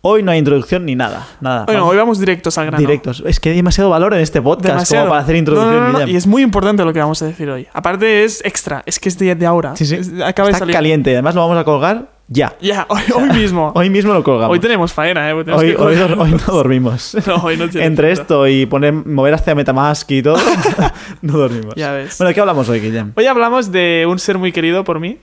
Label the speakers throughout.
Speaker 1: Hoy no hay introducción ni nada. Nada.
Speaker 2: Hoy, no,
Speaker 1: Vamos
Speaker 2: hoy vamos directos al grano.
Speaker 1: Directos. Es que hay demasiado valor en este podcast como para hacer introducción.
Speaker 2: No, no, no, no,
Speaker 1: Guillem.
Speaker 2: Y es muy importante lo que vamos a decir hoy. Aparte es extra, es que es de, de ahora.
Speaker 1: Sí, sí.
Speaker 2: Es- acaba
Speaker 1: Está
Speaker 2: de salir.
Speaker 1: caliente. Además lo vamos a colgar ya.
Speaker 2: Ya, hoy, hoy mismo. hoy,
Speaker 1: Hoy mismo lo colgamos.
Speaker 2: tenemos faena, ¿eh? Hoy, tenemos
Speaker 1: hoy,
Speaker 2: que-
Speaker 1: hoy dor- hoy no dormimos.
Speaker 2: No, hoy no tiene
Speaker 1: Entre
Speaker 2: pinta.
Speaker 1: esto y poner, mover hacia Metamask y todo, no dormimos.
Speaker 2: Ya ves.
Speaker 1: Bueno, ¿de qué hablamos hoy, Guillem?
Speaker 2: Hoy hablamos de un ser muy querido por mí.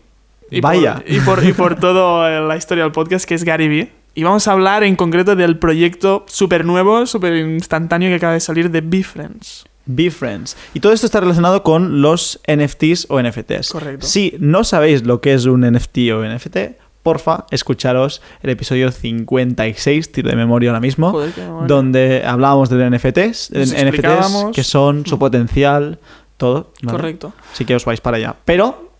Speaker 2: Y
Speaker 1: Vaya.
Speaker 2: Por, y, por, y por toda la historia del podcast, que es Gary Vee. Y vamos a hablar en concreto del proyecto súper nuevo, súper instantáneo que acaba de salir de BeFriends.
Speaker 1: Be Friends. Y todo esto está relacionado con los NFTs o NFTs.
Speaker 2: Correcto.
Speaker 1: Si no sabéis lo que es un NFT o NFT, porfa, escucharos el episodio 56, tiro de memoria ahora mismo,
Speaker 2: Joder, qué memoria.
Speaker 1: donde hablábamos de NFTs,
Speaker 2: Nos
Speaker 1: en- NFTs
Speaker 2: explicábamos. Mm.
Speaker 1: que son su potencial, todo. ¿vale?
Speaker 2: Correcto.
Speaker 1: Así que os vais para allá. Pero,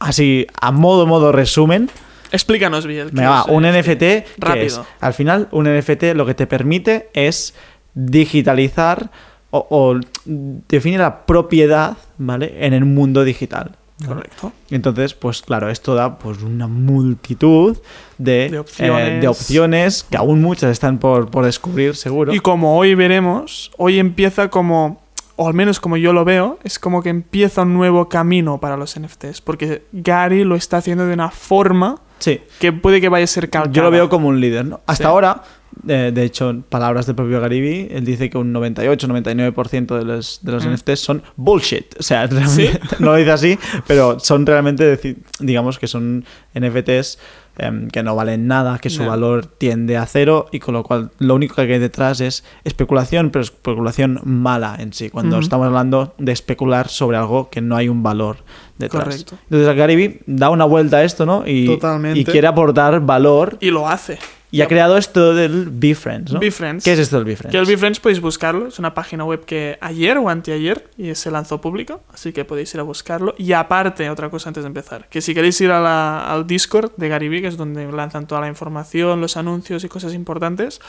Speaker 1: así, a modo, modo resumen,
Speaker 2: Explícanos, Biel.
Speaker 1: Venga, va, un NFT que
Speaker 2: Rápido.
Speaker 1: es, al final, un NFT lo que te permite es digitalizar o, o definir la propiedad, ¿vale? En el mundo digital. ¿vale?
Speaker 2: Correcto.
Speaker 1: Entonces, pues claro, esto da pues una multitud de,
Speaker 2: De opciones.
Speaker 1: eh, de opciones que aún muchas están por, por descubrir, seguro.
Speaker 2: Y como hoy veremos, hoy empieza como, o al menos como yo lo veo, es como que empieza un nuevo camino para los NFTs, porque Gary lo está haciendo de una forma
Speaker 1: Sí.
Speaker 2: que puede que vaya a ser calcada.
Speaker 1: Yo lo veo como un líder, ¿no? Hasta
Speaker 2: Sí.
Speaker 1: ahora, eh, de hecho, en palabras del propio Garibi, él dice que un 98, 99% de los, de los
Speaker 2: Mm.
Speaker 1: NFTs son bullshit. O sea, realmente- no lo dice así, pero son realmente, deci- digamos, que son NFTs em, que no valen nada, que su
Speaker 2: No.
Speaker 1: valor tiende a cero y con lo cual lo único que hay detrás es especulación, pero especulación mala en sí, cuando
Speaker 2: Ujú.
Speaker 1: estamos hablando de especular sobre algo que no hay un valor detrás.
Speaker 2: Correcto.
Speaker 1: Entonces, Garibi da una vuelta a esto, ¿no? Y,
Speaker 2: Totalmente.
Speaker 1: y quiere aportar valor
Speaker 2: Y lo hace.
Speaker 1: y ha creado esto del BeFriends, ¿no?
Speaker 2: BeFriends.
Speaker 1: ¿Qué es esto del BeFriends?
Speaker 2: Que el BeFriends podéis buscarlo, es una página web que ayer o anteayer y se lanzó pública, así que podéis ir a buscarlo. Y aparte, otra cosa antes de empezar, que si queréis ir a la- al Discord de Gary Vee, que es donde lanzan toda la información, los anuncios y cosas importantes,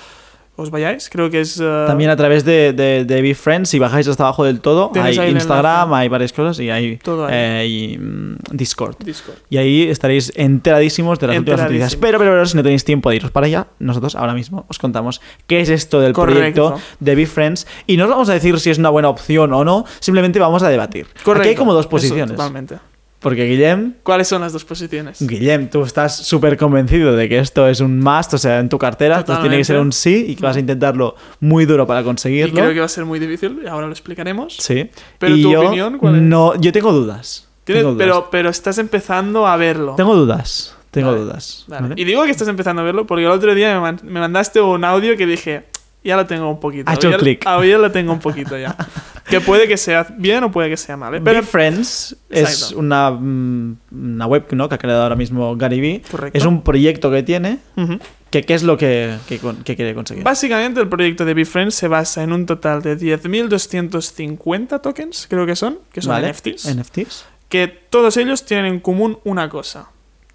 Speaker 2: os vayáis, creo que es... eh,
Speaker 1: También a través de, de, de BeFriends, si bajáis hasta abajo del todo, hay
Speaker 2: Tenéis ahí el
Speaker 1: Instagram,
Speaker 2: enlace.
Speaker 1: hay varias cosas y hay,
Speaker 2: Todo ahí.
Speaker 1: eh, y, mm, Discord.
Speaker 2: Discord.
Speaker 1: Y ahí estaréis enteradísimos de las últimas
Speaker 2: Enteradísimos.
Speaker 1: noticias. Pero, pero, pero, si no tenéis tiempo de iros para allá, nosotros ahora mismo os contamos qué es esto del
Speaker 2: Correcto.
Speaker 1: proyecto de BeFriends. Y no os vamos a decir si es una buena opción o no, simplemente vamos a debatir. Aquí hay como dos
Speaker 2: Eso,
Speaker 1: posiciones.
Speaker 2: totalmente.
Speaker 1: porque Guillem
Speaker 2: ¿Cuáles son las dos posiciones?
Speaker 1: Guillem, tú estás súper convencido de que esto es un must, o sea, en tu cartera esto tiene que ser un sí y que vas a intentarlo muy duro para
Speaker 2: Y
Speaker 1: conseguirlo.
Speaker 2: creo que va a ser muy difícil, y ahora lo explicaremos.
Speaker 1: Sí.
Speaker 2: Pero
Speaker 1: y
Speaker 2: tu
Speaker 1: yo
Speaker 2: opinión, ¿cuál es?
Speaker 1: No, yo tengo dudas.
Speaker 2: Tienes-
Speaker 1: tengo dudas.
Speaker 2: pero, pero estás empezando a verlo.
Speaker 1: Tengo dudas. Tengo
Speaker 2: Vale,
Speaker 1: dudas.
Speaker 2: Vale.
Speaker 1: ¿vale?
Speaker 2: Y digo que estás empezando a verlo porque el otro día me, man- me mandaste un audio que dije, ya lo tengo un poquito.
Speaker 1: Ha hecho
Speaker 2: ya-
Speaker 1: clic.
Speaker 2: ah, ya lo tengo un poquito ya. que puede que sea bien o puede que sea mal. ¿eh? Pero
Speaker 1: Friends es
Speaker 2: Exacto.
Speaker 1: una, mm, una web ¿no? que ha creado ahora mismo Gary Vee.
Speaker 2: Correcto.
Speaker 1: Es un proyecto que tiene.
Speaker 2: Ujú.
Speaker 1: que ¿Qué es lo que, que con- que quiere conseguir?
Speaker 2: básicamente el proyecto de BeFriends se basa en un total de 10.250 tokens, creo que son, que son
Speaker 1: ¿Vale?
Speaker 2: NFTs.
Speaker 1: NFTs.
Speaker 2: que todos ellos tienen en común una cosa,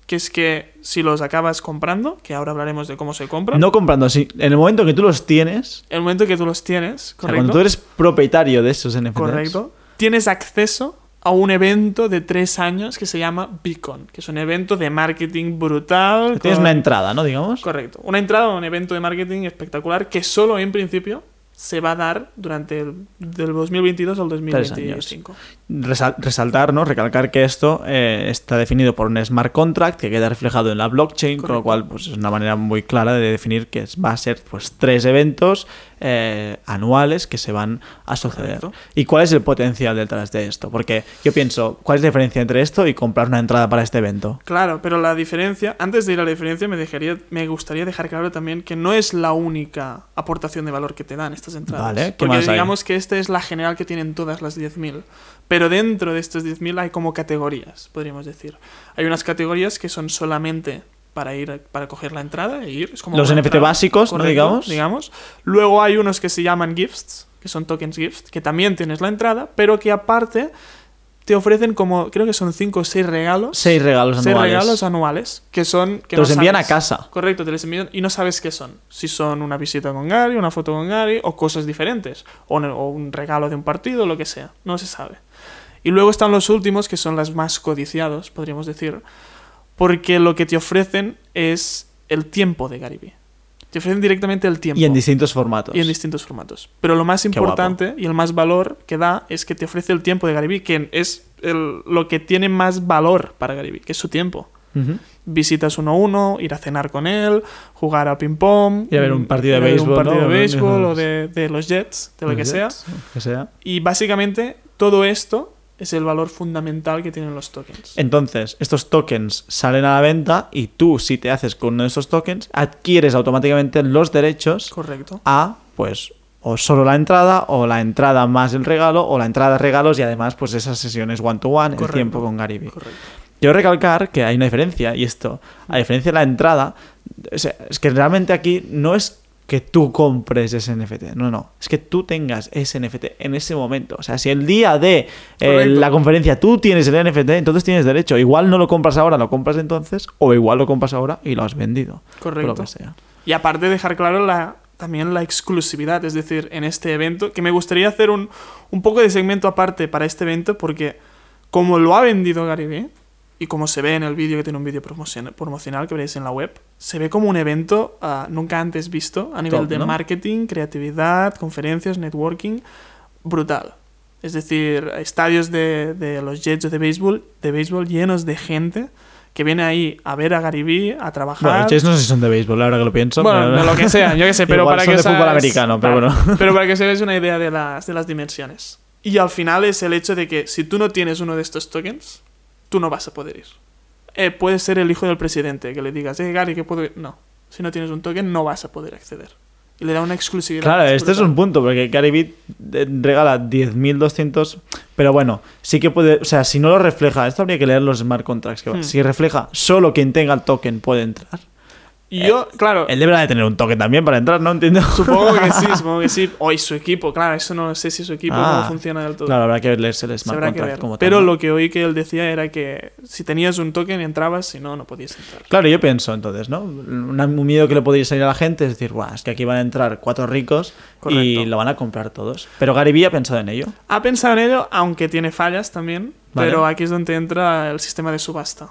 Speaker 2: que es que si los acabas comprando, que ahora hablaremos de cómo se compran,
Speaker 1: No comprando, sí. En el momento que tú los tienes,
Speaker 2: el momento que tú los tienes,
Speaker 1: o sea, cuando
Speaker 2: correcto,
Speaker 1: tú eres propietario de esos NFTs.
Speaker 2: correcto, tienes acceso a un evento de tres años que se llama Beacon, que es un evento de marketing brutal.
Speaker 1: Tienes
Speaker 2: con-
Speaker 1: una entrada, ¿no? Digamos.
Speaker 2: Correcto, una entrada a un evento de marketing espectacular que solo en principio se va a dar durante el del 2022 al 2025.
Speaker 1: Resal- resaltar, ¿no? Recalcar que esto eh, está definido por un smart contract que queda reflejado en la blockchain, con lo
Speaker 2: Correcto.
Speaker 1: cual pues, es una manera muy clara de definir que es- va a ser pues, tres eventos eh, anuales que se van a suceder.
Speaker 2: Correcto.
Speaker 1: ¿Y cuál es el potencial detrás de esto? Porque yo pienso, ¿cuál es la diferencia entre esto y comprar una entrada para este evento?
Speaker 2: Claro, pero la diferencia, antes de ir a la diferencia, me, dejaría, me gustaría dejar claro también que no es la única aportación de valor que te dan estas entradas.
Speaker 1: Vale, ¿qué
Speaker 2: porque
Speaker 1: más hay?
Speaker 2: digamos que esta es la general que tienen todas las 10.000. Pero dentro de estos 10.000 hay como categorías, podríamos decir. Hay unas categorías que son solamente para ir para coger la entrada e ir. es como
Speaker 1: Los
Speaker 2: una
Speaker 1: NFT básicos, ¿no? Digamos.
Speaker 2: digamos. Luego hay unos que se llaman gifts, que son tokens gift, que también tienes la entrada, pero que aparte te ofrecen como, creo que son 5 o 6 regalos.
Speaker 1: Seis regalos
Speaker 2: Seis
Speaker 1: anuales.
Speaker 2: regalos anuales que son. Que
Speaker 1: Te los envían a casa.
Speaker 2: Correcto, te los envían y no sabes qué son. Si son una visita con Gary, una foto con Gary o cosas diferentes. O, no- o un regalo de un partido, lo que sea. No se sabe. Y luego están los últimos que son las más codiciados, podríamos decir. Porque lo que te ofrecen es el tiempo de Gary Vee. Te ofrecen directamente el tiempo.
Speaker 1: Y en distintos formatos.
Speaker 2: Y en distintos formatos. Pero lo más importante y el más valor que da es que te ofrece el tiempo de Gary Vee, que es el- lo que tiene más valor para Gary Vee, que es su tiempo.
Speaker 1: Ujú.
Speaker 2: Visitas uno a uno, ir a cenar con él, jugar al ping-pong.
Speaker 1: Ir a ver un partido de
Speaker 2: ir a ver
Speaker 1: béisbol,
Speaker 2: Un partido
Speaker 1: ¿no?
Speaker 2: de béisbol
Speaker 1: Ujú.
Speaker 2: o de, de los Jets, de lo que sea.
Speaker 1: que sea.
Speaker 2: Y básicamente todo esto es el valor fundamental que tienen los tokens.
Speaker 1: Entonces, estos tokens salen a la venta y tú, si te haces con uno de estos tokens, adquieres automáticamente los derechos
Speaker 2: Correcto.
Speaker 1: a, pues, o solo la entrada, o la entrada más el regalo, o la entrada, regalos y además, pues, esas sesiones one-to-one, el
Speaker 2: Correcto.
Speaker 1: tiempo con Gary Vee.
Speaker 2: Correcto.
Speaker 1: Quiero recalcar que hay una diferencia y esto, a diferencia de la entrada, o sea, es que realmente aquí no es que tú compres ese NFT, no, no, es que tú tengas ese NFT en ese momento. O sea, si el día de eh,
Speaker 2: Correcto.
Speaker 1: la conferencia tú tienes el NFT, entonces tienes derecho. Igual no lo compras ahora, lo compras entonces, o igual lo compras ahora y lo has vendido.
Speaker 2: Correcto.
Speaker 1: Lo que sea.
Speaker 2: Y aparte dejar claro la, también la exclusividad, es decir, en este evento, que me gustaría hacer un, un poco de segmento aparte para este evento, porque como lo ha vendido Gary Vee, y como se ve en el vídeo, que tiene un vídeo promocion- promocional que veréis en la web, se ve como un evento ah, nunca antes visto a nivel
Speaker 1: Top,
Speaker 2: de
Speaker 1: ¿no?
Speaker 2: marketing, creatividad, conferencias, networking, brutal. Es decir, estadios de, de los Jets o de béisbol, de béisbol llenos de gente que viene ahí a ver a Gary Vee, a trabajar.
Speaker 1: Bueno, los Jets no sé si son de béisbol, ahora que lo pienso.
Speaker 2: Ah. Bueno, de lo que sea, yo qué sé, pero
Speaker 1: Igual
Speaker 2: para
Speaker 1: son
Speaker 2: que
Speaker 1: de fútbol
Speaker 2: seas-
Speaker 1: americano, pero
Speaker 2: Vale,
Speaker 1: bueno.
Speaker 2: Pero para que se veas una idea de las, de las dimensiones. Y al final es el hecho de que si tú no tienes uno de estos tokens, tú no vas a poder ir. Eh, puedes ser el hijo del presidente, que le digas, eh, Gary, que puedo ir. No, si no tienes un token, no vas a poder acceder. Y le da una exclusividad.
Speaker 1: Claro, este es
Speaker 2: brutal.
Speaker 1: un punto, porque Gary Vee eh, regala 10.200, pero bueno, sí que puede, o sea, si no lo refleja, esto habría que leer los smart contracts, que va,
Speaker 2: Hmm.
Speaker 1: si refleja solo quien tenga el token puede entrar.
Speaker 2: Y yo,
Speaker 1: Eh,
Speaker 2: claro,
Speaker 1: Él deberá de tener un token también para entrar, ¿no? Entiendo.
Speaker 2: supongo que sí, supongo que sí. O y su equipo, claro, eso no sé si su equipo
Speaker 1: Ah,
Speaker 2: no funciona del todo.
Speaker 1: Claro, habrá que leerse el
Speaker 2: Se
Speaker 1: smart
Speaker 2: habrá que
Speaker 1: contract
Speaker 2: ver.
Speaker 1: como tal,
Speaker 2: Pero
Speaker 1: ¿no?
Speaker 2: lo que oí que él decía era que si tenías un token entrabas, si no, no podías entrar.
Speaker 1: Claro, yo pienso entonces, ¿no? Un un miedo que le podría salir a la gente es decir, Buah, es que aquí van a entrar cuatro ricos y
Speaker 2: Correcto.
Speaker 1: lo van a comprar todos. Pero Gary Vee ha pensado en ello.
Speaker 2: Ha pensado en ello, aunque tiene fallas también,
Speaker 1: Vale.
Speaker 2: pero aquí es donde entra el sistema de subasta.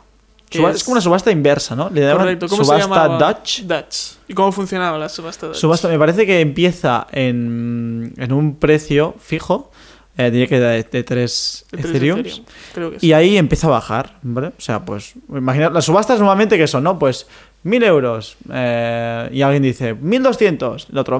Speaker 2: que
Speaker 1: Suba- es... como una subasta inversa, ¿no? Le llaman
Speaker 2: Correcto, ¿cómo se
Speaker 1: subasta
Speaker 2: llamaba?
Speaker 1: Dutch.
Speaker 2: Dutch. ¿Y cómo funcionaba la subasta Dutch?
Speaker 1: Subasta, me parece que empieza en, en un precio fijo, eh, diría que de, de 3
Speaker 2: De tres
Speaker 1: Ethereum,
Speaker 2: Ethereum, Creo que sí.
Speaker 1: y ahí empieza a bajar, ¿vale? O sea, pues, imaginad, las subastas normalmente que son, ¿no? Pues 1000 euros, eh, y alguien dice 1200, el otro 1400,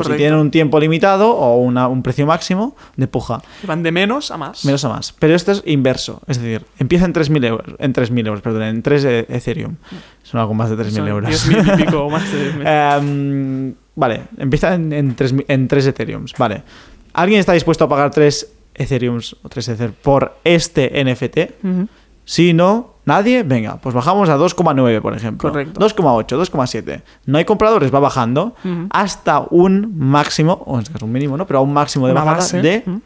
Speaker 1: y
Speaker 2: Correcto.
Speaker 1: tienen un tiempo limitado o una- un precio máximo de puja,
Speaker 2: Van de menos a más.
Speaker 1: menos a más. Pero esto es inverso, es decir, empieza en 3000 euros, en 3000 euros, perdón, en 3 e- Ethereum, son algo más de 3000
Speaker 2: Son
Speaker 1: euros.
Speaker 2: 10.000 y pico o más de 10.000.
Speaker 1: Em, vale, empieza en, en, tres, mi- en tres Ethereums. Vale. ¿Alguien está dispuesto a pagar 3 Ethereums o 3 Ether por este NFT?
Speaker 2: Ujú.
Speaker 1: Si no, nadie, venga, pues bajamos a 2,9, por ejemplo.
Speaker 2: Correcto.
Speaker 1: 2,8, 2,7. No hay compradores, va bajando
Speaker 2: Ujú.
Speaker 1: hasta un máximo, o en este caso un mínimo, ¿no? Pero a un máximo de
Speaker 2: Una
Speaker 1: bajada
Speaker 2: base.
Speaker 1: de
Speaker 2: Ujú.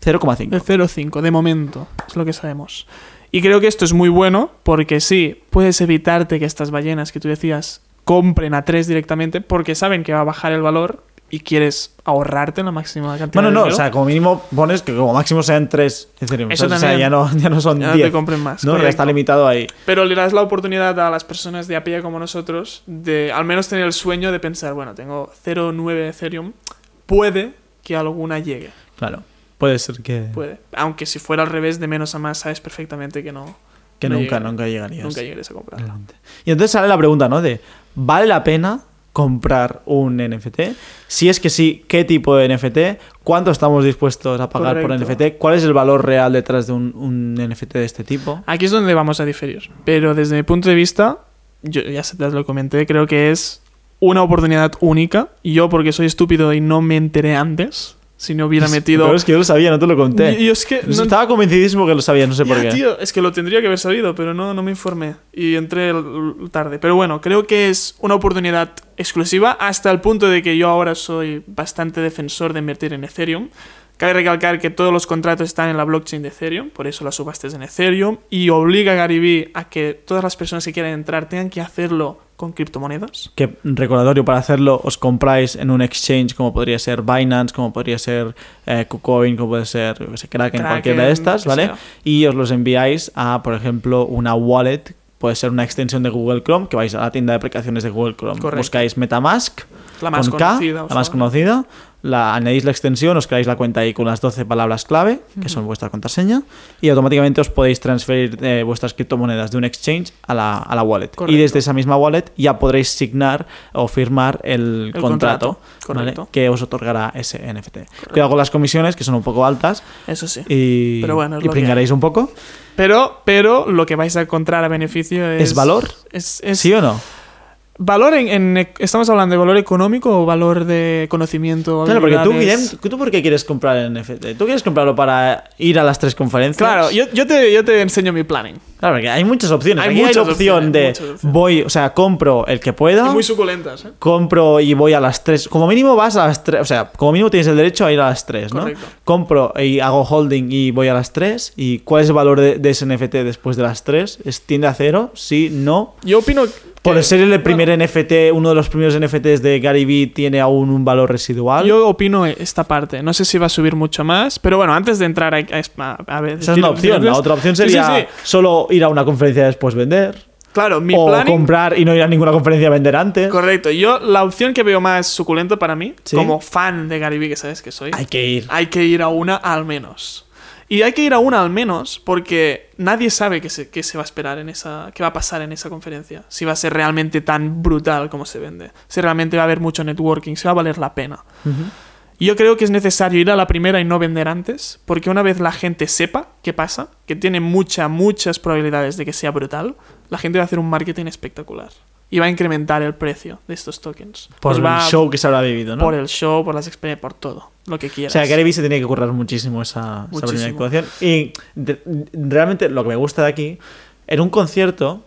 Speaker 1: 0,5.
Speaker 2: De 0,5, de momento, es lo que sabemos. Y creo que esto es muy bueno porque sí, puedes evitarte que estas ballenas que tú decías compren a 3 directamente porque saben que va a bajar el valor y quieres ahorrarte la máxima cantidad
Speaker 1: Bueno,
Speaker 2: de
Speaker 1: no, o
Speaker 2: dinero.
Speaker 1: sea, como mínimo pones que como máximo sean 3 Ethereum.
Speaker 2: Eso
Speaker 1: o sea,
Speaker 2: también.
Speaker 1: ya no, ya no son
Speaker 2: Ya no
Speaker 1: 10.
Speaker 2: te compren más,
Speaker 1: ¿no? Ya está
Speaker 2: correcto.
Speaker 1: limitado ahí.
Speaker 2: Pero le das la oportunidad a las personas de a pie como nosotros de al menos tener el sueño de pensar, bueno, tengo 0,9 Ethereum, puede que alguna llegue,
Speaker 1: Claro. Puede ser que.
Speaker 2: puede. Aunque si fuera al revés, de menos a más, sabes perfectamente que no,
Speaker 1: Que
Speaker 2: No
Speaker 1: nunca,
Speaker 2: llegará.
Speaker 1: nunca llegarías.
Speaker 2: nunca llegarías a comprar.
Speaker 1: Adelante. Y entonces sale la pregunta, ¿no? De, ¿vale la pena comprar un NFT? Si es que sí, ¿qué tipo de NFT? ¿Cuánto estamos dispuestos a pagar
Speaker 2: Correcto.
Speaker 1: por NFT? ¿Cuál es el valor real detrás de un, un NFT de este tipo?
Speaker 2: Aquí es donde vamos a diferir. Pero desde mi punto de vista, yo ya se te lo comenté, creo que es una oportunidad única. Y yo, porque soy estúpido y no me enteré antes, si no hubiera metido.
Speaker 1: Pero es que yo lo sabía, no te lo conté.
Speaker 2: Yo- yo es que.
Speaker 1: Yo
Speaker 2: no-
Speaker 1: Estaba convencidísimo que lo sabía, no sé por
Speaker 2: Ya,
Speaker 1: qué.
Speaker 2: tío, es que lo tendría que haber sabido, pero no, no me informé y entré el- el tarde. Pero bueno, creo que es una oportunidad exclusiva hasta el punto de que yo ahora soy bastante defensor de invertir en Ethereum. Cabe recalcar que todos los contratos están en la blockchain de Ethereum, por eso las subastas en Ethereum, y obliga a Gary Vee a que todas las personas que quieran entrar tengan que hacerlo con criptomonedas.
Speaker 1: Que recordatorio para hacerlo, os compráis en un exchange como podría ser Binance, como podría ser eh, KuCoin, como puede ser yo qué sé, Kraken,
Speaker 2: Kraken,
Speaker 1: cualquiera de estas,
Speaker 2: que
Speaker 1: ¿vale?
Speaker 2: sea.
Speaker 1: Y os los enviáis a, por ejemplo, una wallet Puede ser una extensión de Google Chrome, que vais a la tienda de aplicaciones de Google Chrome,
Speaker 2: Correcto.
Speaker 1: buscáis Metamask,
Speaker 2: La más
Speaker 1: con K,
Speaker 2: conocida, o
Speaker 1: la más
Speaker 2: sea.
Speaker 1: conocida, la, añadís la extensión, os creáis la cuenta ahí con las 12 palabras clave, que son vuestra contraseña, y automáticamente os podéis transferir eh, vuestras criptomonedas de un exchange a la, a la wallet. Y
Speaker 2: Correcto.
Speaker 1: desde esa misma wallet ya podréis signar o firmar el,
Speaker 2: El
Speaker 1: contrato,
Speaker 2: contrato,
Speaker 1: ¿vale?
Speaker 2: correcto.
Speaker 1: que os otorgará ese NFT. Cuidado con las comisiones, que son un poco altas,
Speaker 2: Eso sí.
Speaker 1: y,
Speaker 2: Pero bueno, es
Speaker 1: y
Speaker 2: lo que
Speaker 1: pringaréis un poco.
Speaker 2: Pero, pero lo que vais a encontrar a beneficio es.
Speaker 1: ¿Es valor?
Speaker 2: Es, es-
Speaker 1: ¿Sí o no?
Speaker 2: Valor en, en- e- ¿Estamos hablando de valor económico o valor de conocimiento?
Speaker 1: Claro, porque tú, Guillem,
Speaker 2: habilidades?
Speaker 1: ¿tú por qué quieres comprar el NFT? ¿Tú quieres comprarlo para ir a las tres conferencias?
Speaker 2: Claro, yo, yo, te, yo te enseño mi planning.
Speaker 1: Claro, porque hay muchas opciones.
Speaker 2: Hay
Speaker 1: Aquí
Speaker 2: muchas
Speaker 1: hay la opción
Speaker 2: opciones,
Speaker 1: de
Speaker 2: muchas opciones.
Speaker 1: voy, o sea, compro el que
Speaker 2: Y
Speaker 1: pueda,
Speaker 2: muy suculentas, ¿eh?
Speaker 1: compro y voy a las tres. Como mínimo vas a las tres, o sea, como mínimo tienes el derecho a ir a las tres, ¿no?
Speaker 2: Correcto.
Speaker 1: Compro y hago holding y voy a las tres. ¿Y cuál es el valor de, de ese NFT después de las tres? ¿Es tiende a cero? Sí, no.
Speaker 2: Yo opino.
Speaker 1: Por
Speaker 2: que-
Speaker 1: ser el
Speaker 2: bueno,
Speaker 1: primer NFT, uno de los primeros NFTs de Gary Vee tiene aún un valor residual.
Speaker 2: Yo opino esta parte. No sé si va a subir mucho más, pero bueno, antes de entrar a, a, a- a ver.
Speaker 1: Esa es una opción. La otra opción
Speaker 2: Sí, sí,
Speaker 1: sería
Speaker 2: sí.
Speaker 1: solo ir a una conferencia y después vender.
Speaker 2: Claro, mi
Speaker 1: o
Speaker 2: planning.
Speaker 1: comprar y no ir a ninguna conferencia a vender antes.
Speaker 2: Correcto. Yo, la opción que veo más suculenta para mí,
Speaker 1: Sí.
Speaker 2: como fan de Gary Vee, que sabes que soy,
Speaker 1: Hay que ir.
Speaker 2: hay que ir a una al menos. Y hay que ir a una al menos porque nadie sabe qué se, qué se va a esperar en esa. qué va a pasar en esa conferencia. Si va a ser realmente tan brutal como se vende. Si realmente va a haber mucho networking, si va a valer la pena. Yo creo que es necesario ir a la primera y no vender antes, porque una vez la gente sepa qué pasa, que tiene muchas, muchas probabilidades de que sea brutal, la gente va a hacer un marketing espectacular. Y va a incrementar el precio de estos tokens.
Speaker 1: Por
Speaker 2: Os
Speaker 1: el
Speaker 2: Pues va
Speaker 1: show que se habrá vivido, ¿no?
Speaker 2: Por el show, por las experiencias, por todo. Lo que
Speaker 1: o
Speaker 2: quieras.
Speaker 1: sea, Gary Vee se tenía que currar muchísimo esa, esa
Speaker 2: Muchísimo.
Speaker 1: primera actuación. Y de- realmente lo que me gusta de aquí, en un concierto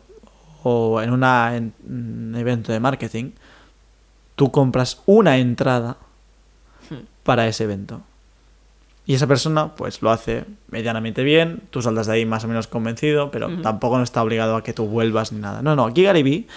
Speaker 1: o en una- en un evento de marketing, tú compras una entrada
Speaker 2: Hmm.
Speaker 1: para ese evento. Y esa persona, pues lo hace medianamente bien, tú saltas de ahí más o menos convencido, pero
Speaker 2: Ujú.
Speaker 1: tampoco no está obligado a que tú vuelvas ni nada. No, no, aquí Gary Vee,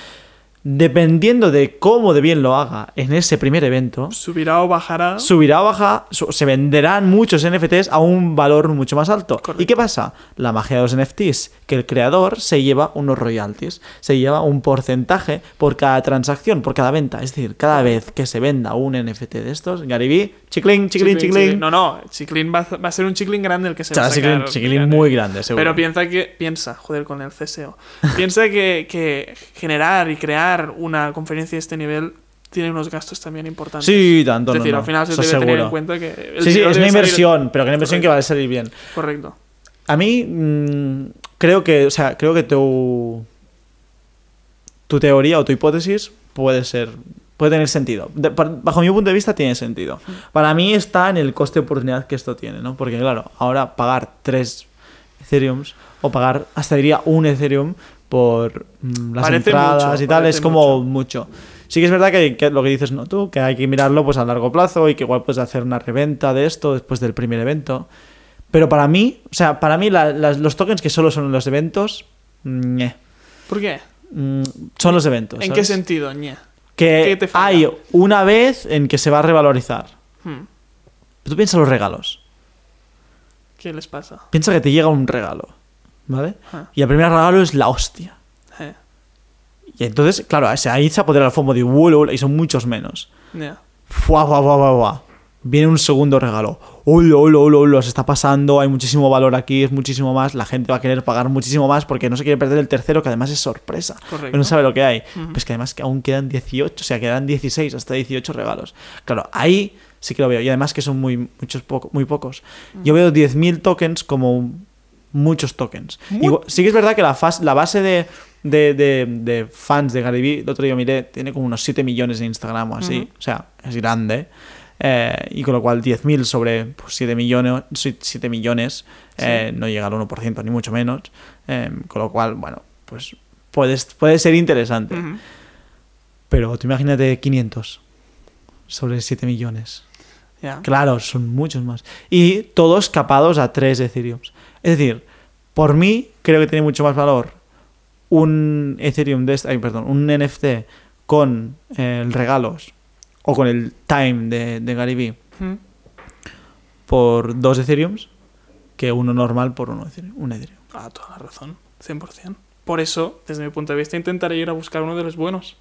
Speaker 1: dependiendo de cómo de bien lo haga en ese primer evento,
Speaker 2: Subirá o bajará.
Speaker 1: subirá o baja, su- se venderán muchos NFTs a un valor mucho más alto.
Speaker 2: Correcto.
Speaker 1: ¿Y qué pasa? La magia de los NFTs, que el creador se lleva unos royalties, se lleva un porcentaje por cada transacción, por cada venta. Es decir, cada vez que se venda un NFT de estos, Gary Vee, chiclin, chiclin, chiclin.
Speaker 2: No, no. Chiclin va, a- va a ser un chiclin grande el que
Speaker 1: O
Speaker 2: se
Speaker 1: sea,
Speaker 2: va a sacar.
Speaker 1: chiclin, chiclin muy grande, seguro.
Speaker 2: Pero piensa que. Piensa, joder, con el CSO. piensa que, que generar y crear una conferencia de este nivel tiene unos gastos también importantes.
Speaker 1: Sí, tanto.
Speaker 2: Es
Speaker 1: no,
Speaker 2: decir,
Speaker 1: no,
Speaker 2: al final se
Speaker 1: eso
Speaker 2: debe tener en
Speaker 1: seguro.
Speaker 2: cuenta que. el
Speaker 1: Sí, sí,
Speaker 2: dinero
Speaker 1: es
Speaker 2: debe
Speaker 1: una
Speaker 2: salir-
Speaker 1: inversión, pero que una inversión que va a salir bien.
Speaker 2: Correcto.
Speaker 1: A mí mm, creo que, o sea, creo que tu tu teoría o tu hipótesis puede ser puede tener sentido. De- par- bajo mi punto de vista tiene sentido. Para mí está en el coste de oportunidad que esto tiene, ¿no? Porque claro, ahora pagar tres Ethereums o pagar hasta diría un Ethereum por mm, las
Speaker 2: Parece
Speaker 1: entradas
Speaker 2: mucho,
Speaker 1: y tal
Speaker 2: parece
Speaker 1: es como mucho. Sí que es verdad que, que lo que dices no tú, que hay que mirarlo pues a largo plazo y que igual puedes hacer una reventa de esto después del primer evento. Pero para mí, o sea, para mí la- las- los tokens que solo son en los eventos, ñe.
Speaker 2: ¿Por qué?
Speaker 1: Mm, son los eventos.
Speaker 2: ¿En
Speaker 1: ¿sabes?
Speaker 2: qué sentido, ñe?
Speaker 1: Que
Speaker 2: qué te falla?
Speaker 1: hay una vez en que se va a revalorizar.
Speaker 2: Hmm,
Speaker 1: Tú piensa los regalos.
Speaker 2: ¿Qué les pasa?
Speaker 1: Piensa que te llega un regalo, ¿vale?
Speaker 2: Ah,
Speaker 1: Y el primer regalo es la hostia.
Speaker 2: eh,
Speaker 1: Y entonces, claro, o sea, ahí se apodera el FOMO de wow, y son muchos menos.
Speaker 2: ya.
Speaker 1: Fuá, fuá, fuá, fuá, fuá. Viene un segundo regalo. Hola, hola, hola, hola, se está pasando, hay muchísimo valor aquí, es muchísimo más, la gente va a querer pagar muchísimo más porque no se quiere perder el tercero, que además es sorpresa.
Speaker 2: Correcto.
Speaker 1: No sabe lo que hay.
Speaker 2: Ujú.
Speaker 1: Pues que además que aún quedan 18, o sea, quedan 16, hasta 18 regalos. Claro, ahí sí que lo veo. Y además que son muy, muchos poco- muy pocos. Yo veo 10.000 tokens como un- muchos tokens.
Speaker 2: Mu-
Speaker 1: Igual- sí que es verdad que la, fas- la base de, de- de- de fans de Gary Vee, el otro día miré, tiene como unos 7 millones en Instagram o así.
Speaker 2: Ujú.
Speaker 1: O sea, es grande. Eh, y con lo cual 10.000 sobre pues, 7 millones, 7 millones eh, no llega al 1%, ni mucho menos. Eh, con lo cual, bueno, pues puedes, puede ser interesante.
Speaker 2: Ujú.
Speaker 1: Pero tú imagínate 500 sobre 7 millones.
Speaker 2: Ya.
Speaker 1: Claro, son muchos más. Y todos capados a 3 Ethereums. Es decir, por mí creo que tiene mucho más valor un Ethereum de este- ay, perdón, un NFT con eh, el regalos o con el time de, de Gary Vee
Speaker 2: Hmm.
Speaker 1: por 2 Ethereums que uno normal por uno Ethereum, un Ethereum.
Speaker 2: Ah, toda la razón. 100%. Por eso, desde mi punto de vista, intentaré ir a buscar uno de los buenos.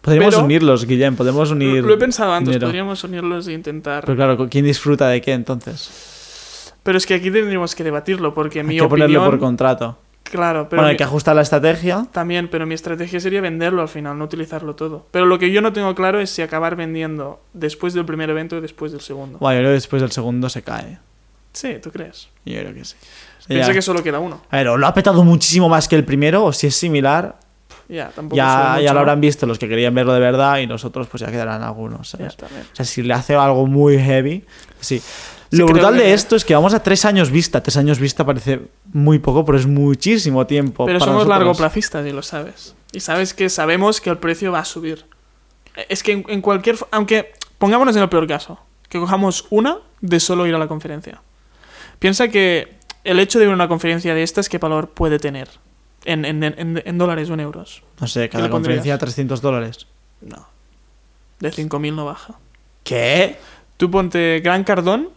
Speaker 1: Podemos
Speaker 2: Pero-
Speaker 1: unirlos, Guillem, podemos unir.
Speaker 2: Lo he pensado antes,
Speaker 1: dinero.
Speaker 2: podríamos unirlos e intentar.
Speaker 1: Pero claro, ¿quién disfruta de qué entonces?
Speaker 2: Pero es que aquí tendríamos que debatirlo, porque mi
Speaker 1: Hay que ponerlo
Speaker 2: opinión-
Speaker 1: por contrato.
Speaker 2: Claro, pero
Speaker 1: bueno,
Speaker 2: mi-
Speaker 1: hay que ajustar la estrategia.
Speaker 2: también, pero mi estrategia sería venderlo al final, no utilizarlo todo. Pero lo que yo no tengo claro es si acabar vendiendo después del primer evento o después del segundo.
Speaker 1: Bueno, yo creo que después del segundo se cae.
Speaker 2: Sí, ¿tú crees?
Speaker 1: Yo creo que sí. O sea,
Speaker 2: Piensa
Speaker 1: ya-
Speaker 2: que solo queda uno.
Speaker 1: A ver, o lo ha petado muchísimo más que el primero, o si es similar,
Speaker 2: Ya, tampoco sube
Speaker 1: ya,
Speaker 2: mucho,
Speaker 1: ya
Speaker 2: ¿no?
Speaker 1: lo habrán visto los que querían verlo de verdad y nosotros pues ya quedarán algunos,
Speaker 2: Ya,
Speaker 1: ¿sabes?
Speaker 2: también.
Speaker 1: O sea, si le hace algo muy heavy, sí. Lo
Speaker 2: creo
Speaker 1: brutal
Speaker 2: que-
Speaker 1: de esto es que vamos a tres años vista. Tres años vista parece muy poco, pero es muchísimo tiempo.
Speaker 2: Pero
Speaker 1: para
Speaker 2: somos
Speaker 1: nosotros.
Speaker 2: largoplacistas y lo sabes. Y sabes que sabemos que el precio va a subir. Eh, Es que en, en cualquier... f- Aunque pongámonos en el peor caso, que cojamos una de solo ir a la conferencia. Piensa que el hecho de ir a una conferencia de estas, ¿qué valor puede tener? En, en- en- en dólares o en euros.
Speaker 1: No sé,
Speaker 2: le
Speaker 1: cada
Speaker 2: pondrías?
Speaker 1: conferencia 300 dólares.
Speaker 2: No. De 5.000 no baja.
Speaker 1: ¿Qué?
Speaker 2: Tú ponte Gran Cardón.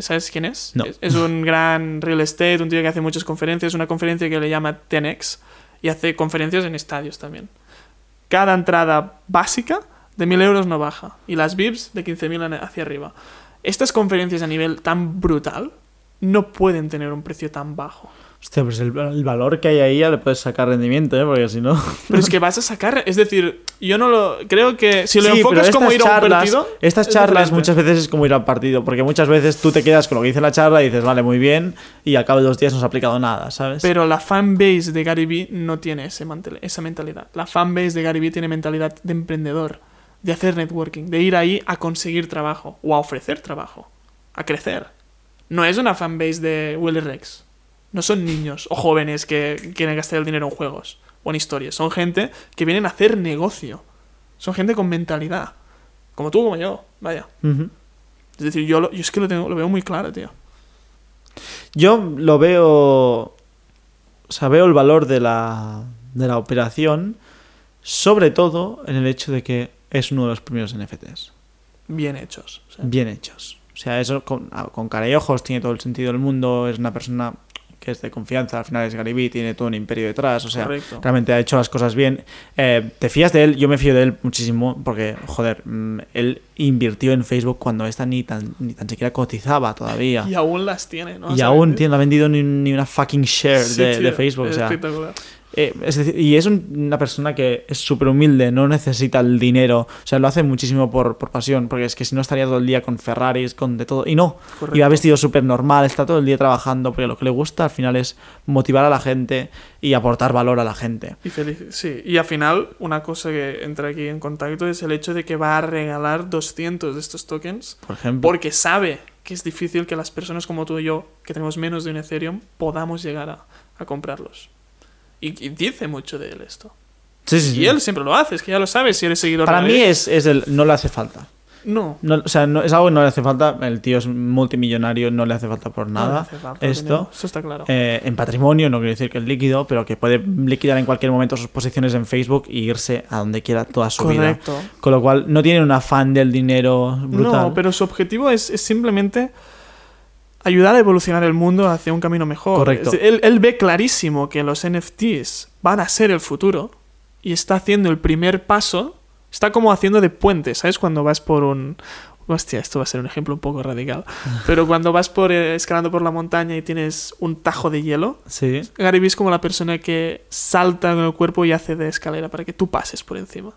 Speaker 2: ¿Sabes quién es?
Speaker 1: No.
Speaker 2: Es, es un gran real estate, un tío que hace muchas conferencias, una conferencia que le llama 10X y hace conferencias en estadios también. Cada entrada básica de 1.000 euros no baja y las VIPs de 15.000 en- hacia arriba. Estas conferencias a nivel tan brutal no pueden tener un precio tan bajo.
Speaker 1: Hostia, pues el, el valor que hay ahí ya le puedes sacar rendimiento, ¿eh? Porque si no.
Speaker 2: Pero es que vas a sacar, es decir, yo no lo creo que si lo
Speaker 1: Sí,
Speaker 2: enfocas
Speaker 1: pero
Speaker 2: como
Speaker 1: estas
Speaker 2: ir a un
Speaker 1: charlas-
Speaker 2: partido,
Speaker 1: Estas
Speaker 2: es
Speaker 1: charlas
Speaker 2: diferente.
Speaker 1: muchas veces es como ir al partido, porque muchas veces tú te quedas con lo que dice la charla y dices, vale, muy bien, y al cabo de dos días no se ha aplicado nada, ¿sabes?
Speaker 2: Pero la fanbase de Gary Vee no tiene ese mantel- esa mentalidad. La fanbase de Gary Vee tiene mentalidad de emprendedor, de hacer networking, de ir ahí a conseguir trabajo o a ofrecer trabajo, a crecer. No es una fanbase de Willy Rex. No son niños o jóvenes que quieren gastar el dinero en juegos o en historias. Son gente que vienen a hacer negocio. Son gente con mentalidad. Como tú, como yo. Vaya.
Speaker 1: Ujú.
Speaker 2: Es decir, yo, lo- yo es que lo, tengo, lo veo muy claro, tío.
Speaker 1: Yo lo veo. O sea, veo el valor de la, de la operación, sobre todo en el hecho de que es uno de los primeros NFTs.
Speaker 2: Bien hechos. o sea.
Speaker 1: Bien hechos. O sea, eso con, a- con cara y ojos tiene todo el sentido del mundo. Es una persona que es de confianza. Al final es Garibí, tiene todo un imperio detrás. O sea,
Speaker 2: Correcto.
Speaker 1: realmente ha hecho las cosas bien. Eh, ¿Te fías de él? Yo me fío de él muchísimo porque, joder, mm, él invirtió en Facebook cuando esta ni tan, ni tan siquiera cotizaba todavía.
Speaker 2: Y aún las tiene, ¿no?
Speaker 1: Y
Speaker 2: ¿Sabes,
Speaker 1: aún
Speaker 2: tío?
Speaker 1: tío, no ha vendido ni, ni una fucking share
Speaker 2: Sí,
Speaker 1: de,
Speaker 2: tío,
Speaker 1: de Facebook.
Speaker 2: es
Speaker 1: o sea,
Speaker 2: espectacular.
Speaker 1: eh, es decir, y es un- una persona que es súper humilde, no necesita el dinero. O sea, lo hace muchísimo por, por pasión, porque es que si no estaría todo el día con Ferraris, con de todo. Y no, y va
Speaker 2: Correcto.
Speaker 1: vestido súper normal, está todo el día trabajando, porque lo que le gusta al final es motivar a la gente y aportar valor a la gente.
Speaker 2: Y feliz, sí. Y al final, una cosa que entra aquí en contacto es el hecho de que va a regalar 200 de estos tokens
Speaker 1: Por ejemplo,
Speaker 2: porque sabe que es difícil que las personas como tú y yo, que tenemos menos de un Ethereum, podamos llegar a, a comprarlos. Y, y dice mucho de él esto.
Speaker 1: Sí, sí, sí.
Speaker 2: Y él siempre lo hace, es que ya lo sabes si eres seguidor
Speaker 1: para
Speaker 2: de
Speaker 1: mí
Speaker 2: él.
Speaker 1: es, es el no le hace falta.
Speaker 2: No.
Speaker 1: No- o sea, no- es algo que no le hace falta. El tío es multimillonario, no le hace falta por
Speaker 2: no le
Speaker 1: nada.
Speaker 2: hace falta
Speaker 1: esto-
Speaker 2: dinero, Eso está claro.
Speaker 1: Eh, en patrimonio, no quiero decir que es líquido, pero que puede liquidar en cualquier momento sus posiciones en Facebook y irse a donde quiera toda su vida.
Speaker 2: Correcto.
Speaker 1: Con lo cual, no tiene un afán del dinero brutal.
Speaker 2: No, pero su objetivo es, es simplemente ayudar a evolucionar el mundo hacia un camino mejor.
Speaker 1: Correcto.
Speaker 2: Es- Él, él ve clarísimo que los NFTs van a ser el futuro y está haciendo el primer paso. Está como haciendo de puente, ¿sabes? Cuando vas por un... Hostia, esto va a ser un ejemplo un poco radical. Pero cuando vas por eh, escalando por la montaña y tienes un tajo de hielo,
Speaker 1: Sí.
Speaker 2: Gary Vee es como la persona que salta con el cuerpo y hace de escalera para que tú pases por encima.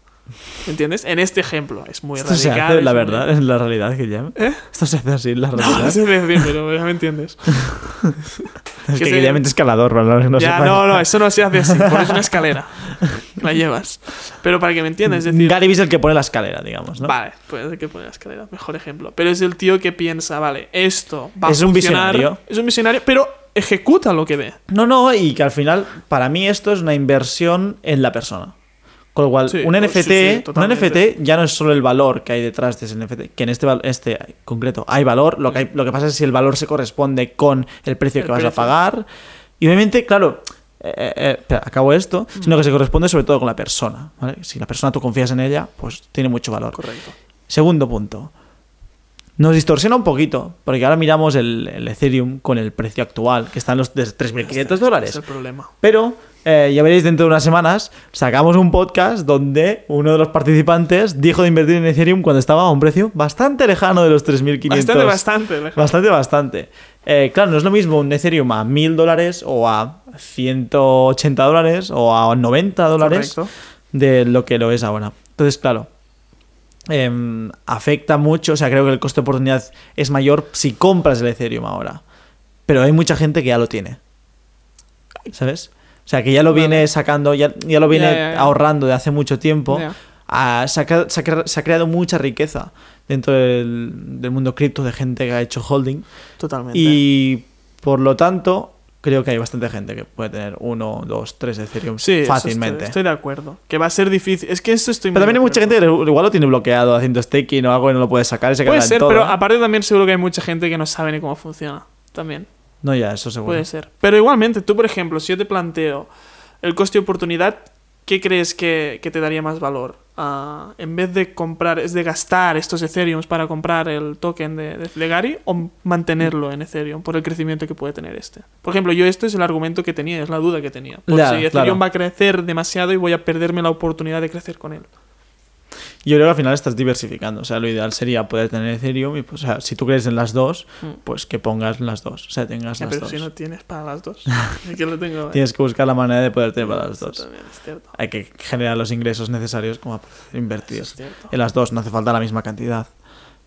Speaker 2: ¿Entiendes? En este ejemplo es muy
Speaker 1: Esto
Speaker 2: radical.
Speaker 1: se hace,
Speaker 2: es
Speaker 1: la
Speaker 2: muy-
Speaker 1: verdad, es la realidad, Guillem. Esto se hace así, la
Speaker 2: ¿Eh? No,
Speaker 1: realidad.
Speaker 2: no sé decir, pero ya me entiendes.
Speaker 1: es que
Speaker 2: que se-
Speaker 1: Guillem es escalador, para los que no
Speaker 2: ya,
Speaker 1: sepan.
Speaker 2: no, no, eso no se hace así. Pones una escalera. La llevas. Pero para que me entiendas, es decir.
Speaker 1: Gary Vee es el que pone la escalera, digamos, ¿no?
Speaker 2: Vale, pues hay que poner la escalera, mejor ejemplo. Pero es el tío que piensa, vale, esto va
Speaker 1: Es
Speaker 2: a
Speaker 1: un
Speaker 2: funcionar.
Speaker 1: visionario.
Speaker 2: Es un visionario, pero ejecuta lo que ve.
Speaker 1: No, no, y que al final, para mí esto es una inversión en la persona. Con lo cual,
Speaker 2: Sí, pues,
Speaker 1: un
Speaker 2: sí,
Speaker 1: NFT,
Speaker 2: sí,
Speaker 1: un
Speaker 2: totalmente.
Speaker 1: NFT ya no es solo el valor que hay detrás de ese NFT, que en este, val- este concreto hay valor, lo que, hay- lo que pasa es si el valor se corresponde con el precio
Speaker 2: El
Speaker 1: que vas a
Speaker 2: precio.
Speaker 1: pagar. Y obviamente, claro, eh, eh, eh, espera, acabo esto, sino que se corresponde sobre todo con la persona. ¿vale? Si la persona tú confías en ella, pues tiene mucho valor.
Speaker 2: Correcto.
Speaker 1: Segundo punto. Nos distorsiona un poquito, porque ahora miramos el, el Ethereum con el precio actual, que está en los de 3.500
Speaker 2: Este
Speaker 1: dólares.
Speaker 2: Es el problema.
Speaker 1: Pero eh, ya veréis dentro de unas semanas, sacamos un podcast donde uno de los participantes dijo de invertir en Ethereum cuando estaba a un precio bastante lejano de los 3.500.
Speaker 2: Bastante, bastante. lejos.
Speaker 1: Bastante, bastante. Eh, claro, no es lo mismo un Ethereum a 1000 dólares o a 180 dólares o a 90 dólares
Speaker 2: Correcto.
Speaker 1: de lo que lo es ahora. Entonces, claro, em, afecta mucho, o sea, creo que el coste de oportunidad es mayor si compras el Ethereum ahora. Pero hay mucha gente que ya lo tiene. ¿Sabes? O sea, que ya lo
Speaker 2: Vale.
Speaker 1: viene sacando, ya, ya lo
Speaker 2: Ya,
Speaker 1: viene
Speaker 2: ya, ya.
Speaker 1: ahorrando de hace mucho tiempo.
Speaker 2: Ya.
Speaker 1: Ah, se, ha, cre- se ha cre- se ha creado mucha riqueza dentro del, del mundo cripto de gente que ha hecho holding.
Speaker 2: Totalmente.
Speaker 1: Y por lo tanto, creo que hay bastante gente que puede tener uno, dos, tres Ethereum
Speaker 2: Sí, eso
Speaker 1: fácilmente.
Speaker 2: Estoy, estoy de acuerdo. Que va a ser difícil. Es que esto estoy muy
Speaker 1: Pero también
Speaker 2: de
Speaker 1: hay mucha
Speaker 2: acuerdo.
Speaker 1: gente que igual lo tiene bloqueado haciendo staking o algo y no lo puede sacar y se
Speaker 2: Puede
Speaker 1: queda en
Speaker 2: ser,
Speaker 1: todo,
Speaker 2: pero
Speaker 1: ¿eh?
Speaker 2: aparte también seguro que hay mucha gente que no sabe ni cómo funciona. También.
Speaker 1: No, ya, eso seguro.
Speaker 2: Puede ser. Pero igualmente, tú, por ejemplo, si yo te planteo el coste de oportunidad, ¿qué crees que, que te daría más valor? Ah, en vez de comprar, es de gastar estos Ethereum para comprar el token de, de Legari o mantenerlo en Ethereum por el crecimiento que puede tener este. Por ejemplo, yo este es el argumento que tenía, es la duda que tenía. Por
Speaker 1: Ya,
Speaker 2: si Ethereum
Speaker 1: claro.
Speaker 2: va a crecer demasiado y voy a perderme la oportunidad de crecer con él.
Speaker 1: Yo creo que al final estás diversificando. O sea, lo ideal sería poder tener Ethereum y, pues, o sea, si tú crees en las dos,
Speaker 2: Mm.
Speaker 1: pues que pongas las dos. O sea, tengas
Speaker 2: Ya,
Speaker 1: las
Speaker 2: pero
Speaker 1: dos.
Speaker 2: si no tienes para las dos. Aquí lo tengo. eh.
Speaker 1: Tienes que buscar la manera de poder tener para las
Speaker 2: Eso
Speaker 1: dos.
Speaker 2: también es cierto.
Speaker 1: Hay que generar los ingresos necesarios como para poder
Speaker 2: Eso
Speaker 1: invertir.
Speaker 2: es cierto.
Speaker 1: En las dos no hace falta la misma cantidad.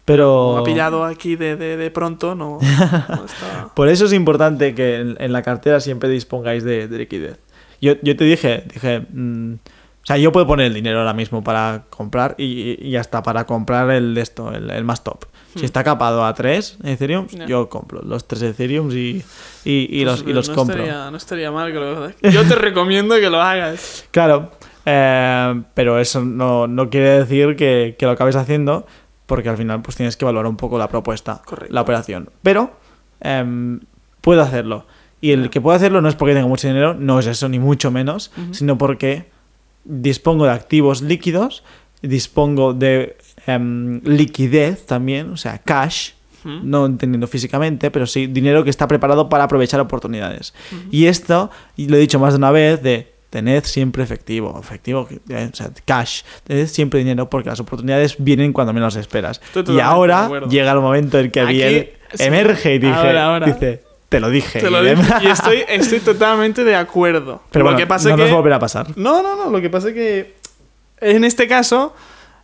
Speaker 1: Pero...
Speaker 2: Como ha pillado aquí de, de, de pronto, no, no está-
Speaker 1: Por eso es importante que en, en la cartera siempre dispongáis de, de liquidez. Yo, yo te dije, dije, mm, o sea, yo puedo poner el dinero ahora mismo para comprar y, y hasta para comprar el de esto, el, el más top. Si
Speaker 2: Hmm.
Speaker 1: está capado a 3 Ethereum,
Speaker 2: Ya.
Speaker 1: yo compro los 3 Ethereum y, y, y los, y
Speaker 2: Pues,
Speaker 1: los
Speaker 2: no
Speaker 1: compro.
Speaker 2: Estaría, no estaría mal que lo Yo te recomiendo que lo hagas.
Speaker 1: Claro, eh, pero eso no, no quiere decir que, que lo acabes haciendo, porque al final pues tienes que evaluar un poco la propuesta,
Speaker 2: Correcto.
Speaker 1: la operación. Pero em, puedo hacerlo. Y el que puedo hacerlo no es porque tenga mucho dinero, no es eso, ni mucho menos,
Speaker 2: Ujú.
Speaker 1: sino porque dispongo de activos líquidos, dispongo de em, liquidez también, o sea, cash,
Speaker 2: Ujú.
Speaker 1: no entendiendo físicamente, pero sí dinero que está preparado para aprovechar oportunidades. Y esto, y lo he dicho más de una vez, de tened siempre efectivo, efectivo, que- eh, o sea, cash, tened siempre dinero porque las oportunidades vienen cuando menos esperas.
Speaker 2: Estoy
Speaker 1: Y
Speaker 2: totalmente de
Speaker 1: ahora
Speaker 2: acuerdo.
Speaker 1: llega el momento en que
Speaker 2: Aquí-
Speaker 1: Biel
Speaker 2: sí.
Speaker 1: emerge y dije,
Speaker 2: Ahora, ahora.
Speaker 1: dice, te lo dije.
Speaker 2: Te lo
Speaker 1: Guillem".
Speaker 2: digo. Y estoy, estoy totalmente de acuerdo.
Speaker 1: Pero
Speaker 2: lo
Speaker 1: bueno,
Speaker 2: que pasa
Speaker 1: no
Speaker 2: que...
Speaker 1: nos volverá a pasar.
Speaker 2: No, no, no. Lo que pasa es que en este caso,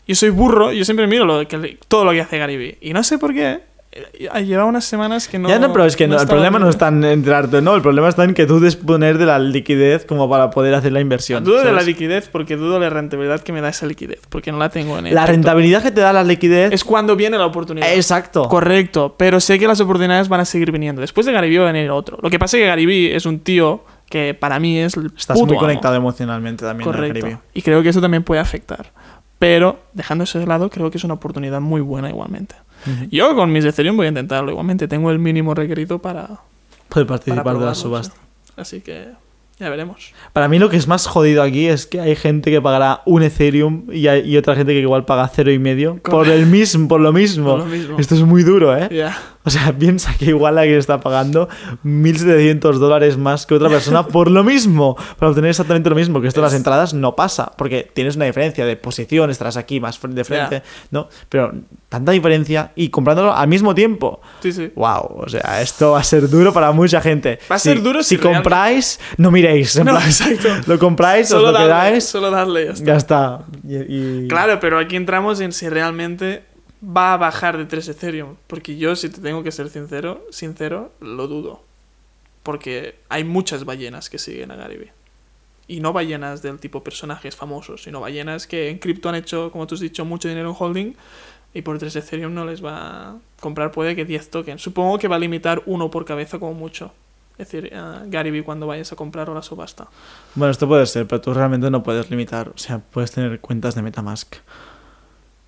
Speaker 2: yo soy burro. Yo siempre miro lo que, todo lo que hace Gariby. Y no sé por qué. eh, Lleva unas semanas que no.
Speaker 1: ya no, pero es que no, el
Speaker 2: estaba
Speaker 1: problema no
Speaker 2: libre.
Speaker 1: está en entrarte, no, el problema está en que tú disponer de la liquidez como para poder hacer la inversión.
Speaker 2: Dudo de la
Speaker 1: ¿sabes?
Speaker 2: liquidez porque dudo la rentabilidad que me da esa liquidez. Porque no la tengo en el.
Speaker 1: La rentabilidad que te da la liquidez.
Speaker 2: Es cuando viene la oportunidad.
Speaker 1: Exacto.
Speaker 2: Correcto, pero sé que las oportunidades van a seguir viniendo. Después de Garibí va a venir otro. Lo que pasa es que Garibí es un tío que para mí es el
Speaker 1: Estás
Speaker 2: puto
Speaker 1: muy
Speaker 2: amo.
Speaker 1: conectado emocionalmente también. al
Speaker 2: Correcto.
Speaker 1: Caribe.
Speaker 2: Y creo que eso también puede afectar. Pero dejando eso de lado, creo que es una oportunidad muy buena igualmente.
Speaker 1: Ujú.
Speaker 2: Yo con mis Ethereum voy a intentarlo igualmente. Tengo el mínimo requerido para, para
Speaker 1: Puede participar de
Speaker 2: probarlo,
Speaker 1: las subastas.
Speaker 2: sí. Así que ya veremos.
Speaker 1: Para mí lo que es más jodido aquí es que hay gente que pagará un Ethereum y, hay- y otra gente que igual paga cero y medio por el mismo, por lo mismo.
Speaker 2: Por lo mismo.
Speaker 1: Esto es muy duro, ¿eh?
Speaker 2: Ya.
Speaker 1: O sea, piensa que igual alguien está pagando 1.700 dólares más que otra persona por lo mismo, para obtener exactamente lo mismo, que esto en las
Speaker 2: Es-
Speaker 1: entradas no pasa, porque tienes una diferencia de posición, estarás aquí más fr- de frente, ¿no? Pero tanta diferencia y comprándolo al mismo tiempo.
Speaker 2: Sí, sí.
Speaker 1: Wow, o sea, esto va a ser duro para mucha gente.
Speaker 2: Va a
Speaker 1: Si-
Speaker 2: ser duro
Speaker 1: si,
Speaker 2: si realmente-
Speaker 1: compráis, no miréis. en
Speaker 2: No,
Speaker 1: plan,
Speaker 2: exacto.
Speaker 1: Lo compráis, os
Speaker 2: Solo
Speaker 1: lo
Speaker 2: darle,
Speaker 1: quedáis,
Speaker 2: solo darle. ya está.
Speaker 1: ya está. Y- y-
Speaker 2: Claro, pero aquí entramos en si realmente va a bajar de 3 Ethereum. Porque yo, si te tengo que ser sincero, sincero, lo dudo. Porque hay muchas ballenas que siguen a Gary Vee. Y no ballenas del tipo personajes famosos, sino ballenas que en cripto han hecho, como tú has dicho, mucho dinero en holding. Y por 3 Ethereum no les va a comprar, puede que 10 tokens. Supongo que va a limitar uno por cabeza como mucho. Es decir, eh, Gary Vee cuando vayas a comprar o la subasta.
Speaker 1: Bueno, esto puede ser, pero tú realmente no puedes limitar. O sea, puedes tener cuentas de Metamask.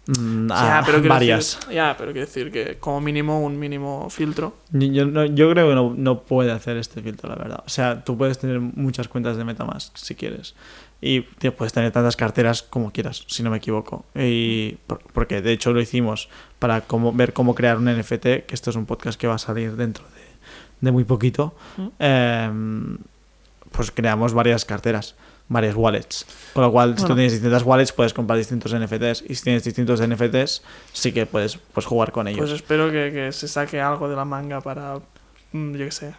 Speaker 1: Mm,
Speaker 2: ya,
Speaker 1: a-
Speaker 2: pero quiero
Speaker 1: varias.
Speaker 2: decir- ya, pero quiero decir que como mínimo un mínimo filtro.
Speaker 1: Yo, yo no- yo creo que no, no puede hacer este filtro, la verdad. O sea, tú puedes tener muchas cuentas de Metamask si quieres. Y te puedes tener tantas carteras como quieras, si no me equivoco. Y por- porque de hecho lo hicimos para cómo, ver cómo crear un NFT, que esto es un podcast que va a salir dentro de, de muy poquito.
Speaker 2: Ujú.
Speaker 1: Em, pues creamos varias carteras, varias wallets. Con lo cual, si tú
Speaker 2: Bueno.
Speaker 1: tienes distintas wallets, puedes comprar distintos NFTs. Y si tienes distintos NFTs, sí que puedes pues, jugar con ellos.
Speaker 2: Pues espero que, que se saque algo de la manga para, mm, yo qué sé,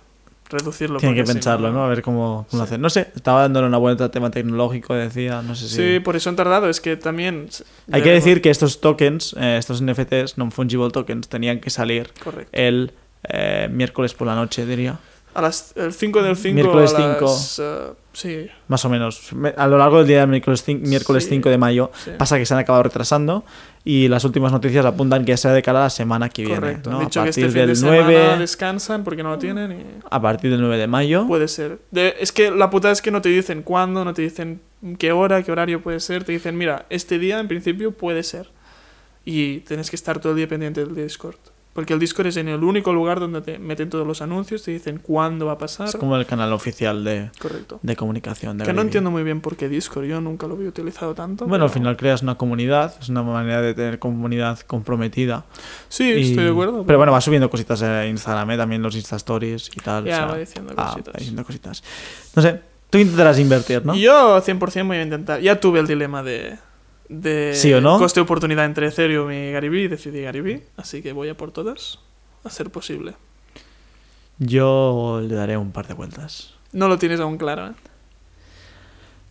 Speaker 2: reducirlo.
Speaker 1: Tienen que
Speaker 2: porque si
Speaker 1: pensarlo, ¿no? A ver cómo, cómo lo
Speaker 2: Sí.
Speaker 1: hacen. No sé, estaba dándole una vuelta al tema tecnológico, decía, no sé si...
Speaker 2: Sí, por eso han tardado. Es que también.
Speaker 1: Hay que decir que estos tokens, eh, estos NFTs, non-fungible tokens, tenían que salir
Speaker 2: Correcto.
Speaker 1: el eh, miércoles por la noche, diría.
Speaker 2: A las el 5 del 5.
Speaker 1: Miércoles
Speaker 2: a las,
Speaker 1: 5.
Speaker 2: eh, sí,
Speaker 1: Más o menos. Me- A lo largo del día del miércoles, cin- miércoles
Speaker 2: Sí.
Speaker 1: 5 de mayo,
Speaker 2: sí.
Speaker 1: pasa que se han acabado retrasando y las últimas noticias apuntan que ya sea de cara a la semana que
Speaker 2: Correcto.
Speaker 1: viene.
Speaker 2: Han
Speaker 1: ¿no?
Speaker 2: dicho
Speaker 1: a
Speaker 2: que
Speaker 1: partir
Speaker 2: este fin de
Speaker 1: del
Speaker 2: semana
Speaker 1: 9,
Speaker 2: descansan porque no lo tienen y.
Speaker 1: a partir del 9 de mayo.
Speaker 2: Puede ser. De- es que la putada es que no te dicen cuándo, no te dicen qué hora, qué horario puede ser. Te dicen, mira, este día en principio puede ser. Y tienes que estar todo el día pendiente del Discord. Porque el Discord es en el único lugar donde te meten todos los anuncios, te dicen cuándo va a pasar.
Speaker 1: Es como el canal oficial de,
Speaker 2: Correcto.
Speaker 1: de comunicación. De
Speaker 2: Que no
Speaker 1: Gravity.
Speaker 2: entiendo muy bien por qué Discord, yo nunca lo había utilizado tanto.
Speaker 1: Bueno, al
Speaker 2: pero-
Speaker 1: final creas una comunidad, es una manera de tener comunidad comprometida.
Speaker 2: Sí,
Speaker 1: Y-
Speaker 2: estoy de acuerdo.
Speaker 1: Pero bueno, va subiendo cositas a Instagram, ¿eh? también los Insta Stories y tal. o
Speaker 2: Ya
Speaker 1: sea,
Speaker 2: va diciendo
Speaker 1: va-
Speaker 2: cositas.
Speaker 1: va diciendo cositas. No sé, tú intentarás invertir, ¿no?
Speaker 2: Yo 100% voy a intentar. Ya tuve el dilema de, de
Speaker 1: ¿Sí o no?
Speaker 2: coste-oportunidad entre Ethereum y Gariby y decidí Gariby. Así que voy a por todas a ser posible.
Speaker 1: Yo le daré un par de vueltas.
Speaker 2: No lo tienes aún claro, ¿eh?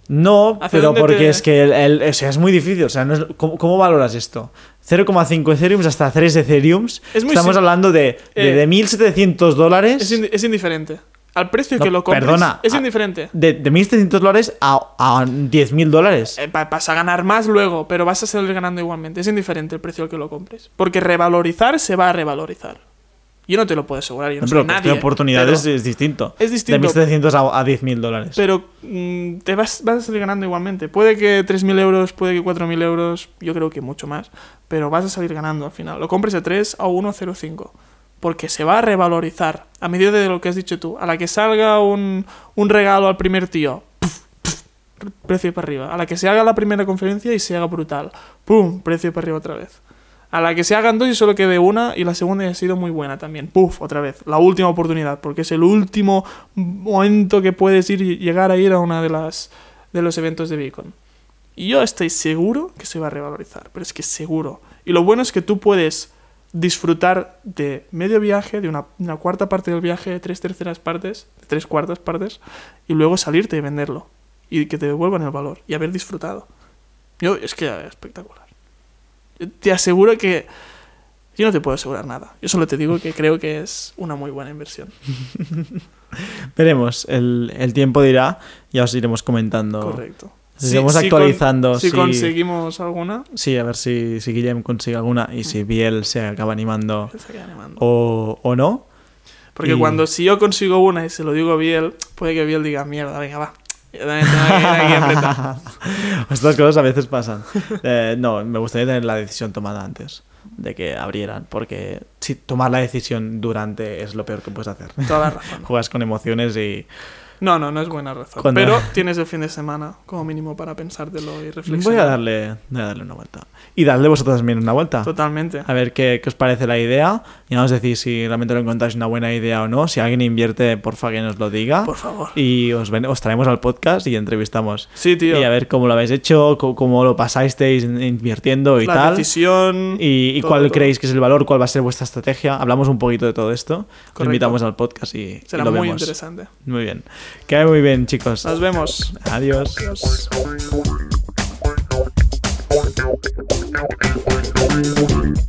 Speaker 1: No,
Speaker 2: ¿Hacia
Speaker 1: pero
Speaker 2: dónde
Speaker 1: porque
Speaker 2: te-
Speaker 1: es que el- el- o sea, es muy difícil. O sea, no es- ¿cómo, cómo valoras esto? 0,5 Ethereums hasta 3 Ethereums.
Speaker 2: Es muy
Speaker 1: Estamos
Speaker 2: sim-
Speaker 1: hablando de, de,
Speaker 2: Eh,
Speaker 1: de 1.700 dólares.
Speaker 2: Es, indi- es indiferente. Al precio
Speaker 1: No,
Speaker 2: que lo compres.
Speaker 1: perdona.
Speaker 2: Es
Speaker 1: Ah.
Speaker 2: indiferente.
Speaker 1: De, de 1.700 dólares a, a 10.000 dólares.
Speaker 2: Eh, va- vas a ganar más luego, pero vas a salir ganando igualmente. Es indiferente el precio al que lo compres. Porque revalorizar se va a revalorizar. Yo no te lo puedo asegurar, yo no,
Speaker 1: No, pero
Speaker 2: soy
Speaker 1: el coste
Speaker 2: nadie.
Speaker 1: de oportunidades
Speaker 2: pero,
Speaker 1: es distinto.
Speaker 2: es distinto.
Speaker 1: De 1.700 a, a 10.000 dólares.
Speaker 2: pero, mm, te vas, vas a salir ganando igualmente. Puede que 3.000 euros, puede que 4.000 euros, yo creo que mucho más. Pero vas a salir ganando al final. Lo compres a 3 a 1.05. Porque se va a revalorizar a medida de lo que has dicho tú. A la que salga un, un regalo al primer tío, precio para arriba. A la que se haga la primera conferencia y se haga brutal. ¡Pum! Precio para arriba otra vez. A la que se hagan dos y solo quede una y la segunda ya ha sido muy buena también. ¡Puf! Otra vez. La última oportunidad, porque es el último momento que puedes ir y llegar a ir a una de las de los eventos de Beacon. Y yo estoy seguro que se va a revalorizar, pero es que seguro. Y lo bueno es que tú puedes disfrutar de medio viaje, de una, una cuarta parte del viaje, de tres terceras partes, de tres cuartas partes, y luego salirte y venderlo. Y que te devuelvan el valor y haber disfrutado. Yo, es que eh, espectacular. Yo Te aseguro que. Yo no te puedo asegurar nada. Yo solo te digo que creo que es una muy buena inversión.
Speaker 1: Veremos, el, el tiempo dirá, ya os iremos comentando.
Speaker 2: Correcto.
Speaker 1: Os iremos actualizando.
Speaker 2: Si,
Speaker 1: si-
Speaker 2: con- si conseguimos alguna,
Speaker 1: sí, a ver si, si Guillem consigue alguna y si Biel se acaba animando
Speaker 2: se queda animando.
Speaker 1: o, o no.
Speaker 2: Porque
Speaker 1: Oh, y-
Speaker 2: cuando si yo consigo una y se lo digo a Biel, puede que Biel diga, mierda, venga, va. Yo también tengo que ir aquí a apretar".
Speaker 1: Estas cosas a veces pasan. Eh, no, me gustaría tener la decisión tomada antes de que abrieran, porque si tomar la decisión durante es lo peor que puedes hacer.
Speaker 2: Toda la razón.
Speaker 1: Juegas con emociones y...
Speaker 2: No, no, no es buena razón.
Speaker 1: Cuando-
Speaker 2: Pero tienes el fin de semana como mínimo para pensártelo y reflexionar.
Speaker 1: Voy a darle, voy a darle una vuelta. Y darle vosotros también una vuelta.
Speaker 2: Totalmente.
Speaker 1: A ver qué, qué os parece la idea. Ya nos decís si realmente lo encontráis una buena idea o no. Si alguien invierte, porfa que nos lo diga.
Speaker 2: Por favor.
Speaker 1: Y os, ven- os traemos al podcast y entrevistamos.
Speaker 2: Sí, tío.
Speaker 1: Y a ver cómo lo habéis hecho, co- cómo lo pasasteis in- invirtiendo y
Speaker 2: la
Speaker 1: tal.
Speaker 2: decisión.
Speaker 1: Y, y
Speaker 2: todo,
Speaker 1: cuál
Speaker 2: todo.
Speaker 1: creéis que es el valor, cuál va a ser vuestra estrategia. Hablamos un poquito de todo esto. Os
Speaker 2: Correcto.
Speaker 1: invitamos al podcast y, y
Speaker 2: Será
Speaker 1: lo
Speaker 2: muy
Speaker 1: vemos.
Speaker 2: interesante.
Speaker 1: Muy bien. Que vaya muy bien, chicos.
Speaker 2: Nos vemos.
Speaker 1: Adiós.
Speaker 3: Thank you.